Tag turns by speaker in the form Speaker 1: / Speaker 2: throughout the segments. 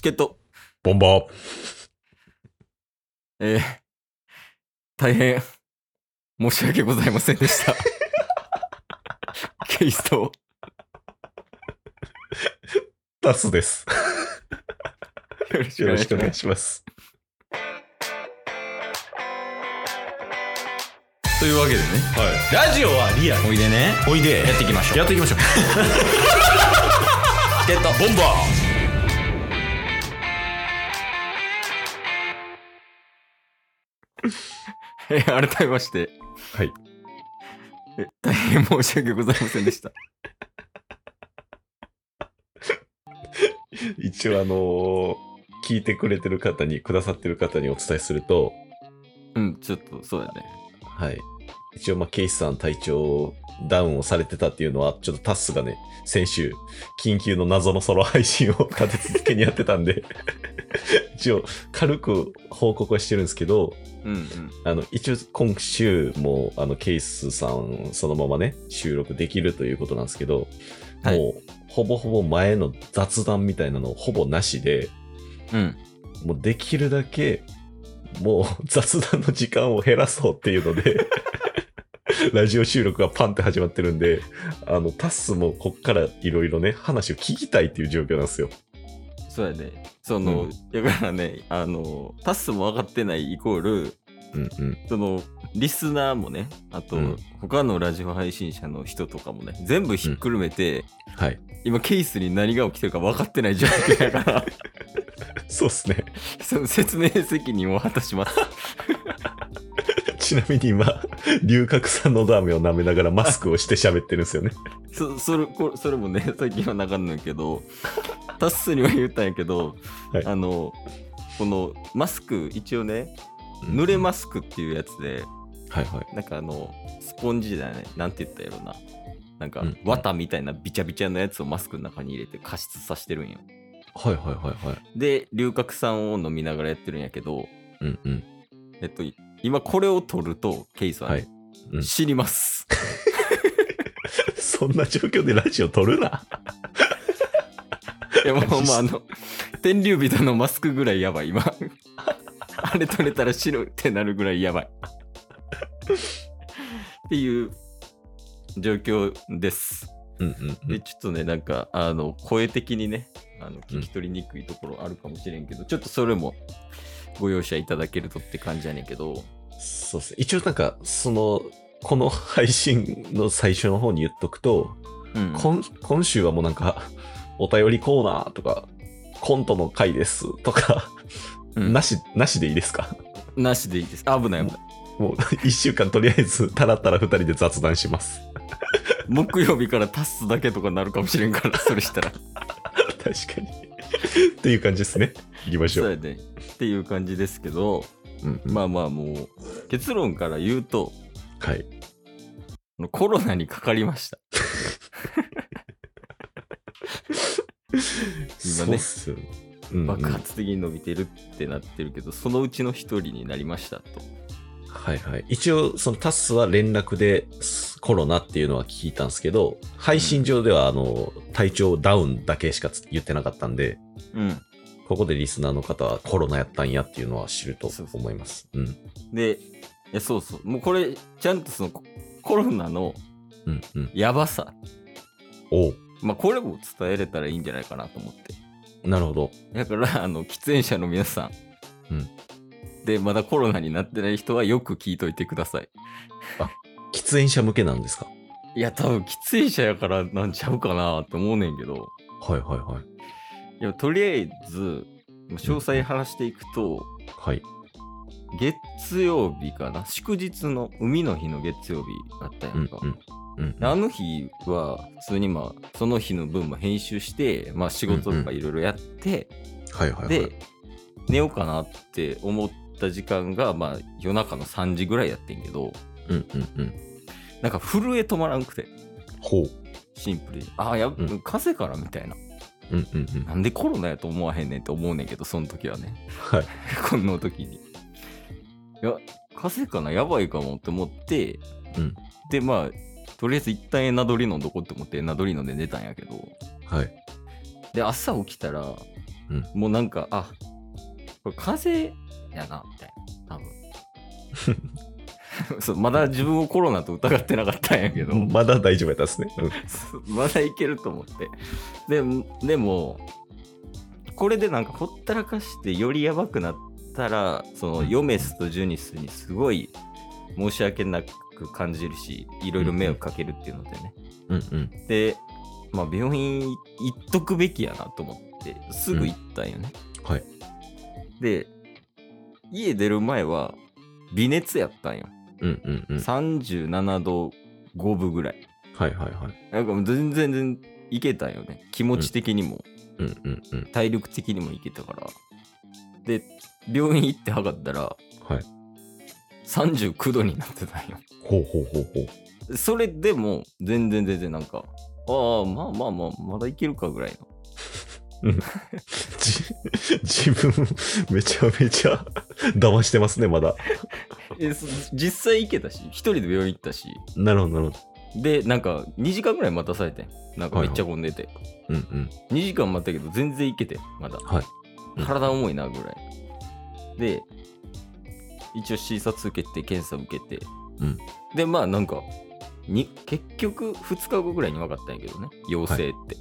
Speaker 1: ケット。
Speaker 2: ボンバー。
Speaker 1: えー、大変、申し訳ございませんでした。ケイスト。
Speaker 2: タスです。
Speaker 1: よろしくお願
Speaker 2: よろ
Speaker 1: い
Speaker 2: し
Speaker 1: し
Speaker 2: くお願
Speaker 1: ま
Speaker 2: いします。
Speaker 1: す。というわけでね、
Speaker 2: はい。ラジオはリアル。
Speaker 1: おいでね、
Speaker 2: おいで。
Speaker 1: やっていきましょう。
Speaker 2: やってい きましょう。
Speaker 1: チケット。
Speaker 2: ボンバ
Speaker 1: えー改めまして、
Speaker 2: ー。はい。
Speaker 1: え大変申し訳ございませんでした。
Speaker 2: 一応あのー聞いてくれてる方に、くださってる方にお伝えすると、
Speaker 1: うん、ちょっと、そうだね。
Speaker 2: はい。一応、まあ、ケイスさん体調ダウンをされてたっていうのは、ちょっとタスがね、先週、緊急の謎のソロ配信を立て続けにやってたんで、一応、軽く報告はしてるんですけど、
Speaker 1: うん
Speaker 2: あの、一応今週も、あの、ケイスさん、そのままね、収録できるということなんですけど、
Speaker 1: はい
Speaker 2: もう、ほぼほぼ前の雑談みたいなのほぼなしで、
Speaker 1: うん。うん。
Speaker 2: もうできるだけ、もう雑談の時間を減らそうっていうので、 ラジオ収録がパンって始まってるんで、あの、タッスもこっからいろいろね、話を聞きたいっていう状況なんですよ。
Speaker 1: そうやね。その、だからね、あの、タスも分かってないイコール、
Speaker 2: うんうん。
Speaker 1: そのリスナーもねあと、
Speaker 2: うん
Speaker 1: 他のラジオ配信者の人とかもね全部ひっくるめて、
Speaker 2: はい。
Speaker 1: 今ケースに何が起きてるか分かってない状況だから
Speaker 2: そうっすね。
Speaker 1: その説明責任を果たします
Speaker 2: ちなみに今、龍角さんのダメを舐めながらマスクをして喋ってるんですよね。
Speaker 1: そ それこそれもね 最近はなかんのやけどタッスには言ったんやけど、
Speaker 2: はい
Speaker 1: あのこのマスク一応ね濡れマスクっていうやつで
Speaker 2: はいはい。
Speaker 1: なんかあのスポンジだねなんて言ったらいいやろななんか
Speaker 2: うん
Speaker 1: 綿みたいなびちゃびちゃのやつをマスクの中に入れて加湿させてるんよ
Speaker 2: はいはいはいはい。
Speaker 1: で龍角散を飲みながらやってるんやけど、
Speaker 2: うんうん。
Speaker 1: えっと、今これを取るとケイさん、
Speaker 2: はいうん
Speaker 1: 知ります。
Speaker 2: そんな状況でラジオ撮るな。
Speaker 1: いやもうまああの天竜人のマスクぐらいやばい今 あれ取れたら白ってなるぐらいやばいっていう状況です。
Speaker 2: うんうんう
Speaker 1: で
Speaker 2: ん。
Speaker 1: ちょっとねなんかあの声的にねあの聞き取りにくいところあるかもしれんけど、ちょっとそれもご容赦いただけるとって感じやねんけど。
Speaker 2: そうですね。一応なんか、その、この配信の最初の方に言っとくと、
Speaker 1: うん
Speaker 2: 今今週はもうなんか、お便りコーナーとか、コントの回ですとか、
Speaker 1: うん
Speaker 2: なし、なしでいいですか
Speaker 1: なしでいいです。危ない危ない。
Speaker 2: もう一週間とりあえず、たらたら二人で雑談します。
Speaker 1: 木曜日からタスだけとかなるかもしれんから、それしたら。
Speaker 2: 確かに。っていう感じですね。いきまし
Speaker 1: そ
Speaker 2: ょ
Speaker 1: う
Speaker 2: う。
Speaker 1: やね。っていう感じですけど、
Speaker 2: うんうん
Speaker 1: まあまあもう、結論から言うと、
Speaker 2: はい。
Speaker 1: コロナにかかりました。今ね
Speaker 2: そうっすよ。うんうん
Speaker 1: 爆発的に伸びてるってなってるけど、そのうちの一人になりましたと。
Speaker 2: はいはい。一応、そのタスは連絡ですコロナっていうのは聞いたんですけど、配信上では、あの、体調ダウンだけしか言ってなかったんで、
Speaker 1: うん。
Speaker 2: ここでリスナーの方はコロナやったんやっていうのは知ると思います。うん。
Speaker 1: で、いやそうそう。もうこれ、ちゃんとそのココロナの
Speaker 2: うんうん。
Speaker 1: やばさ。
Speaker 2: おう
Speaker 1: まあこれも伝えれたらいいんじゃないかなと思って。
Speaker 2: なるほど。
Speaker 1: だから、あの、喫煙者の皆さん。
Speaker 2: うん
Speaker 1: で、まだコロナになってない人はよく聞いといてください。
Speaker 2: 喫煙者向けなんですか
Speaker 1: いや、多分喫煙者やからなんちゃうかなって思うねんけど。
Speaker 2: はいはいはい。
Speaker 1: いや、とりあえず、まあ詳細話していくと、
Speaker 2: はい。
Speaker 1: 月曜日かな祝日の海の日の月曜日あったや
Speaker 2: うんん
Speaker 1: か。
Speaker 2: うん。うん
Speaker 1: であの日は普通にまあその日の分も編集して、まあ、仕事とかいろいろやって、
Speaker 2: はいはいはい。
Speaker 1: で寝ようかなって思った時間がまあ夜中の3時ぐらいやってんけど、
Speaker 2: うんうんうん。
Speaker 1: なんか震え止まらんくて、
Speaker 2: ほう。
Speaker 1: シンプルに。ああ、やっぱ、
Speaker 2: うん
Speaker 1: 風邪からみたいな。
Speaker 2: うんうんうん。
Speaker 1: なんでコロナやと思わへんねんって思うねんけど、その時はね。
Speaker 2: はい。
Speaker 1: この時に。いや、風邪かなやばいかもって思って、
Speaker 2: うん
Speaker 1: で、まあ、とりあえず一旦エナドリ飲んどこうって思ってエナドリ飲んで寝たんやけど、
Speaker 2: はい。
Speaker 1: で、朝起きたら、
Speaker 2: うん
Speaker 1: もうなんか、あ、これ風邪やな、みたいな、多 分。 そうまだ自分をコロナと疑ってなかったんやけど、
Speaker 2: まだ大丈夫やったですね。う ん
Speaker 1: まだいけると思って。ででも、これでなんかほったらかしてよりやばくなったら、そのヨメスとジュニスにすごい申し訳なく感じるし、いろいろ迷惑かけるっていうのでね。
Speaker 2: うんうん。
Speaker 1: で、まあ、病院行っとくべきやなと思って、すぐ行ったんよね。
Speaker 2: はい。
Speaker 1: で、家出る前は微熱やったんよ。
Speaker 2: うんうんうん。
Speaker 1: 37度5分ぐらい。
Speaker 2: はいはいはい。
Speaker 1: なんかもう全然全然いけたんよね。気持ち的にも、
Speaker 2: うんうんうん。
Speaker 1: 体力的にもいけたから。で、病院行って測ったら、
Speaker 2: はい。
Speaker 1: 39度になってたんよ。
Speaker 2: ほうほうほうほう。
Speaker 1: それでも、全然全然なんか、ああ、まあまあまあ、まだいけるかぐらいの。
Speaker 2: じ 自分、めちゃめちゃ騙してますね、まだ。
Speaker 1: えそ実際行けたし、一人で病院行ったし、
Speaker 2: なるほどなるほ
Speaker 1: で、なんか2時間ぐらい待たされてん。なんかめっちゃ混んでて。
Speaker 2: ど。うんうん。
Speaker 1: 2時間待ったけど、全然行けてん、まだ。
Speaker 2: はい。うん
Speaker 1: 体重いなぐらい。で、一応診察受けて、検査受けて、
Speaker 2: うん
Speaker 1: で、まあなんか、に結局2日後ぐらいに分かったんやけどね、陽性って。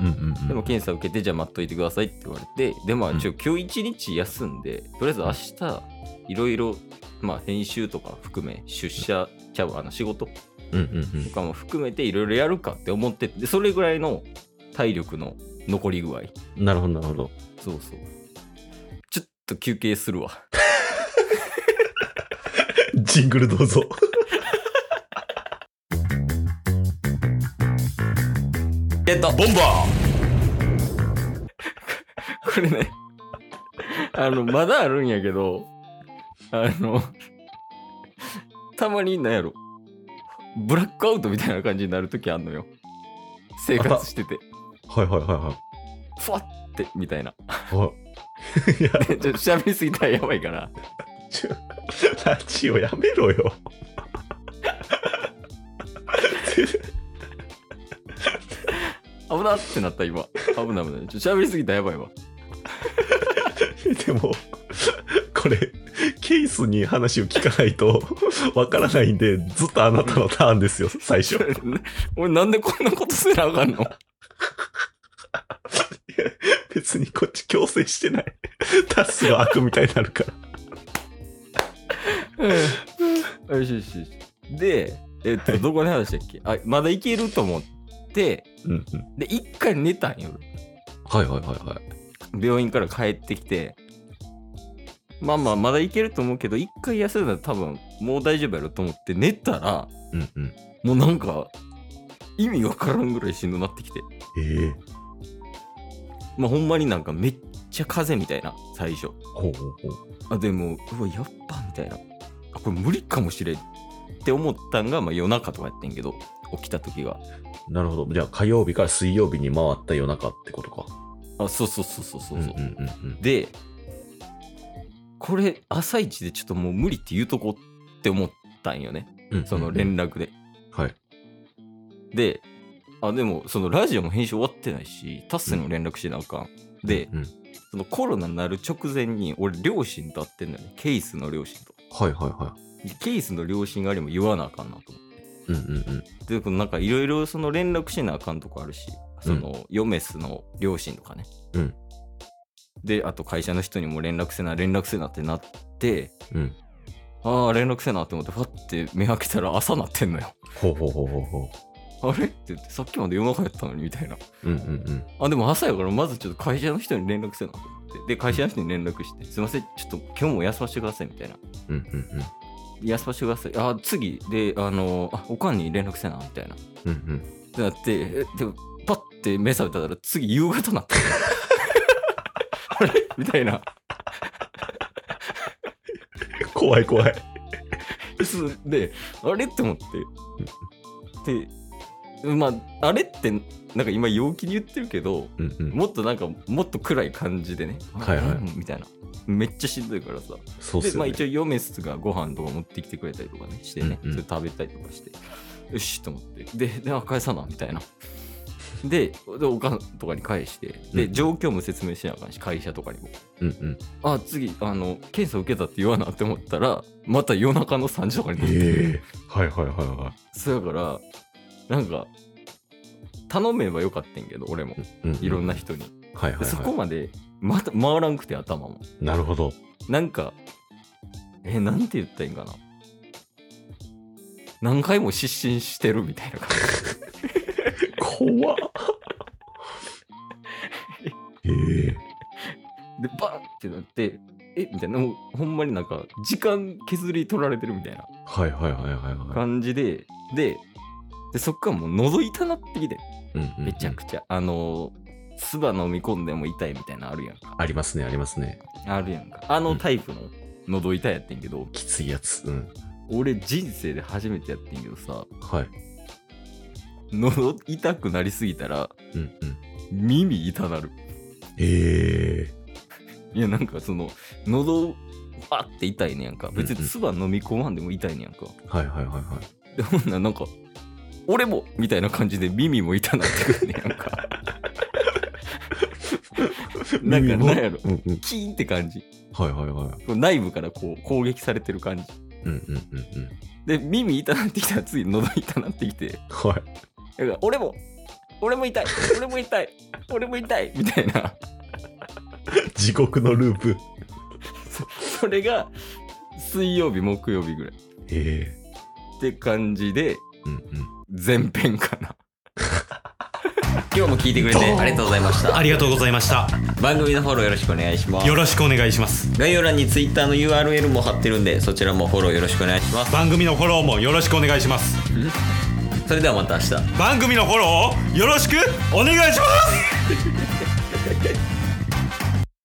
Speaker 2: うんうんうん。
Speaker 1: でも検査受けて、じゃあ待っといてくださいって言われて、で、まあ
Speaker 2: うん
Speaker 1: ちょ、今日一日休んで、とりあえず明日、いろいろ、まあ編集とか含め、出社ちゃうわ、あの仕事と
Speaker 2: うんうんうん。
Speaker 1: かも含めて、いろいろやるかって思ってて、でそれぐらいの体力の残り具合。
Speaker 2: なるほど、なるほど。
Speaker 1: そうそう。ちょっと休憩するわ。
Speaker 2: ジングルどうぞ。
Speaker 1: ゲット
Speaker 2: ボンバ
Speaker 1: これね、あの、まだあるんやけど、あの、たまになんやろ、ブラックアウトみたいな感じになるときあんのよ。生活してて、
Speaker 2: ーはいはいは
Speaker 1: ふわって、みたいな。
Speaker 2: いはい。はい。い
Speaker 1: ち
Speaker 2: や、
Speaker 1: ょっと喋りすぎたらやばいから。
Speaker 2: ちょラジオやめろよ。
Speaker 1: 危なってなった、今。危ない危ない。ちょっと喋りすぎたらやばいわ。
Speaker 2: でも、これ、ケースに話を聞かないとわからないんで、ずっとあなたのターンですよ、最初。
Speaker 1: 俺なんでこんなことせなあかんの
Speaker 2: 別にこっち強制してない。タスが悪みたいになるから。
Speaker 1: うんよしよしよし。で、えっと、どこに話したっけあ、まだいけると思って、
Speaker 2: うんうん。
Speaker 1: で、一回寝たんよ。
Speaker 2: はいはいはいはい。
Speaker 1: 病院から帰ってきて、まあまあ、まだいけると思うけど、一回休んだら多分、もう大丈夫やろと思って寝たら、
Speaker 2: うんうん。
Speaker 1: もうなんか、意味わからんぐらいしんどなってきて。
Speaker 2: ええ
Speaker 1: まあ、ほんまになんかめっちゃ風邪みたいな、最初。
Speaker 2: ほうほうほう。
Speaker 1: あ、でも、うわ、やっぱみたいな。あ、これ無理かもしれんって思ったんが、まあ夜中とかやってんけど、起きた時が。
Speaker 2: なるほど。じゃあ火曜日から水曜日に回った夜中ってことか。
Speaker 1: あ、そうそうそうそうそうそう。
Speaker 2: んうんうん
Speaker 1: で、これ、朝一でちょっともう無理って言うとこって思ったんよね。
Speaker 2: うんうん。
Speaker 1: その連絡で。
Speaker 2: はい。
Speaker 1: で、あ、でも、そのラジオも編集終わってないし、タッスにも連絡しなあかん。で、
Speaker 2: うん、
Speaker 1: そのコロナになる直前に、俺、両親と会ってんだよね。ケースの両親と。
Speaker 2: はいはいは
Speaker 1: でケースの両親がありも言わなあかんなと思っ
Speaker 2: い。うんうんうん。
Speaker 1: て。で、このなんかいろいろその連絡しなあかんとこあるし、その、ヨメスの両親とかね。
Speaker 2: うん
Speaker 1: で、あと会社の人にも連絡せな、連絡せなってなって、
Speaker 2: うん。
Speaker 1: ああ、連絡せなって思って、ファって目開けたら朝なってんのよ。
Speaker 2: ほうほうほうほうほ
Speaker 1: あれって言って、さっきまで夜中やったのにみたいな。
Speaker 2: う。うんうんうん。
Speaker 1: あ、でも朝やから、まずちょっと会社の人に連絡せなと思って。で、会社の人に連絡して、すいません、ちょっと今日も休ませてくださいみたいな。
Speaker 2: うんうんうん。
Speaker 1: 休ませてください。あ、次、で、あの、あ、おかんに連絡せなみたいな。っ
Speaker 2: うんうん。
Speaker 1: てなって、えで、パッて目覚めたら、 次、夕方なって。あれみたいな。
Speaker 2: 怖い怖い。
Speaker 1: そうで、あれって思って。で、まあ、あれって、なんか今、陽気に言ってるけど、
Speaker 2: うんうん。
Speaker 1: もっとなんかもっと暗い感じでね、
Speaker 2: はいはい
Speaker 1: うんみたいなめっちゃしんどいからさ、
Speaker 2: そうっ
Speaker 1: ですま
Speaker 2: よ
Speaker 1: あ
Speaker 2: ね。
Speaker 1: 一応ヨメスがご飯とか持ってきてくれたりとかねしてね、
Speaker 2: うんうん
Speaker 1: それ食べたりとかしてよしと思ってで電話返さなみたいなででおかんとかに返して
Speaker 2: う
Speaker 1: で
Speaker 2: ん
Speaker 1: 状況も説明しなあかんし会社とかにも
Speaker 2: うんうん。
Speaker 1: あ次あの検査受けたって言わなって思ったらまた夜中の3時とかに
Speaker 2: え
Speaker 1: なってる
Speaker 2: えはいはいはいは
Speaker 1: そうやからなんか頼めばよかったんけど俺も
Speaker 2: い。うん
Speaker 1: いろんな。人に、
Speaker 2: はいはい
Speaker 1: でそこ
Speaker 2: は
Speaker 1: までまた回らんくて頭も
Speaker 2: い。なるほど。
Speaker 1: なんかえなんて言ったらいいんかな何回も失神してるみたいな感じ
Speaker 2: 怖っ。ええ
Speaker 1: でバーンってなってえみたいなもうほんまになんか時間削り取られてるみたいな
Speaker 2: はいはいはいはいはい。
Speaker 1: 感じで、ででそっからもう喉痛なってきて
Speaker 2: うんうんうん
Speaker 1: めちゃくちゃ、あの唾飲み込んでも痛いみたいなのあるやんか
Speaker 2: ありますねありますね。
Speaker 1: あるやんかあのタイプの喉痛いやってんけど、
Speaker 2: きついやつ。うん。
Speaker 1: 俺人生で初めてやってんけどさ
Speaker 2: はい。
Speaker 1: 喉痛くなりすぎたら
Speaker 2: うんうん。
Speaker 1: 耳痛なる
Speaker 2: ええ
Speaker 1: いやなんかその喉バって痛いねやんか別に唾飲み込まんでも痛いねやんか、
Speaker 2: はいはいはいはい。
Speaker 1: でほんならなんか俺もみたいな感じで耳も痛なってくんねやんかなんか
Speaker 2: 耳も
Speaker 1: なんやろ
Speaker 2: うんうん。
Speaker 1: キーンって感じ
Speaker 2: はいはいはい。
Speaker 1: こう内部からこう攻撃されてる感じ
Speaker 2: うんうんうんうん。
Speaker 1: で耳痛なってきたら次喉痛なってきて
Speaker 2: はい。
Speaker 1: だから俺も俺も痛い俺も痛い俺も痛いみたいな
Speaker 2: 地獄のループ。
Speaker 1: そそれが水曜日木曜日ぐらいっ
Speaker 2: ええ
Speaker 1: て感じで
Speaker 2: うんうん。
Speaker 1: 前編かな 今日も聞いてくれてありがとうございました
Speaker 3: ありがとうございました。
Speaker 1: 番組のフォローよろしくお願いします
Speaker 3: よろしくお願いします。
Speaker 1: 概要欄に Twitter の URL も貼ってるんでそちらもフォローよろしくお願いします
Speaker 3: 番組のフォローもよろしくお願いします。
Speaker 1: それではまた明日
Speaker 3: 番組のフォローをよろしくお願いします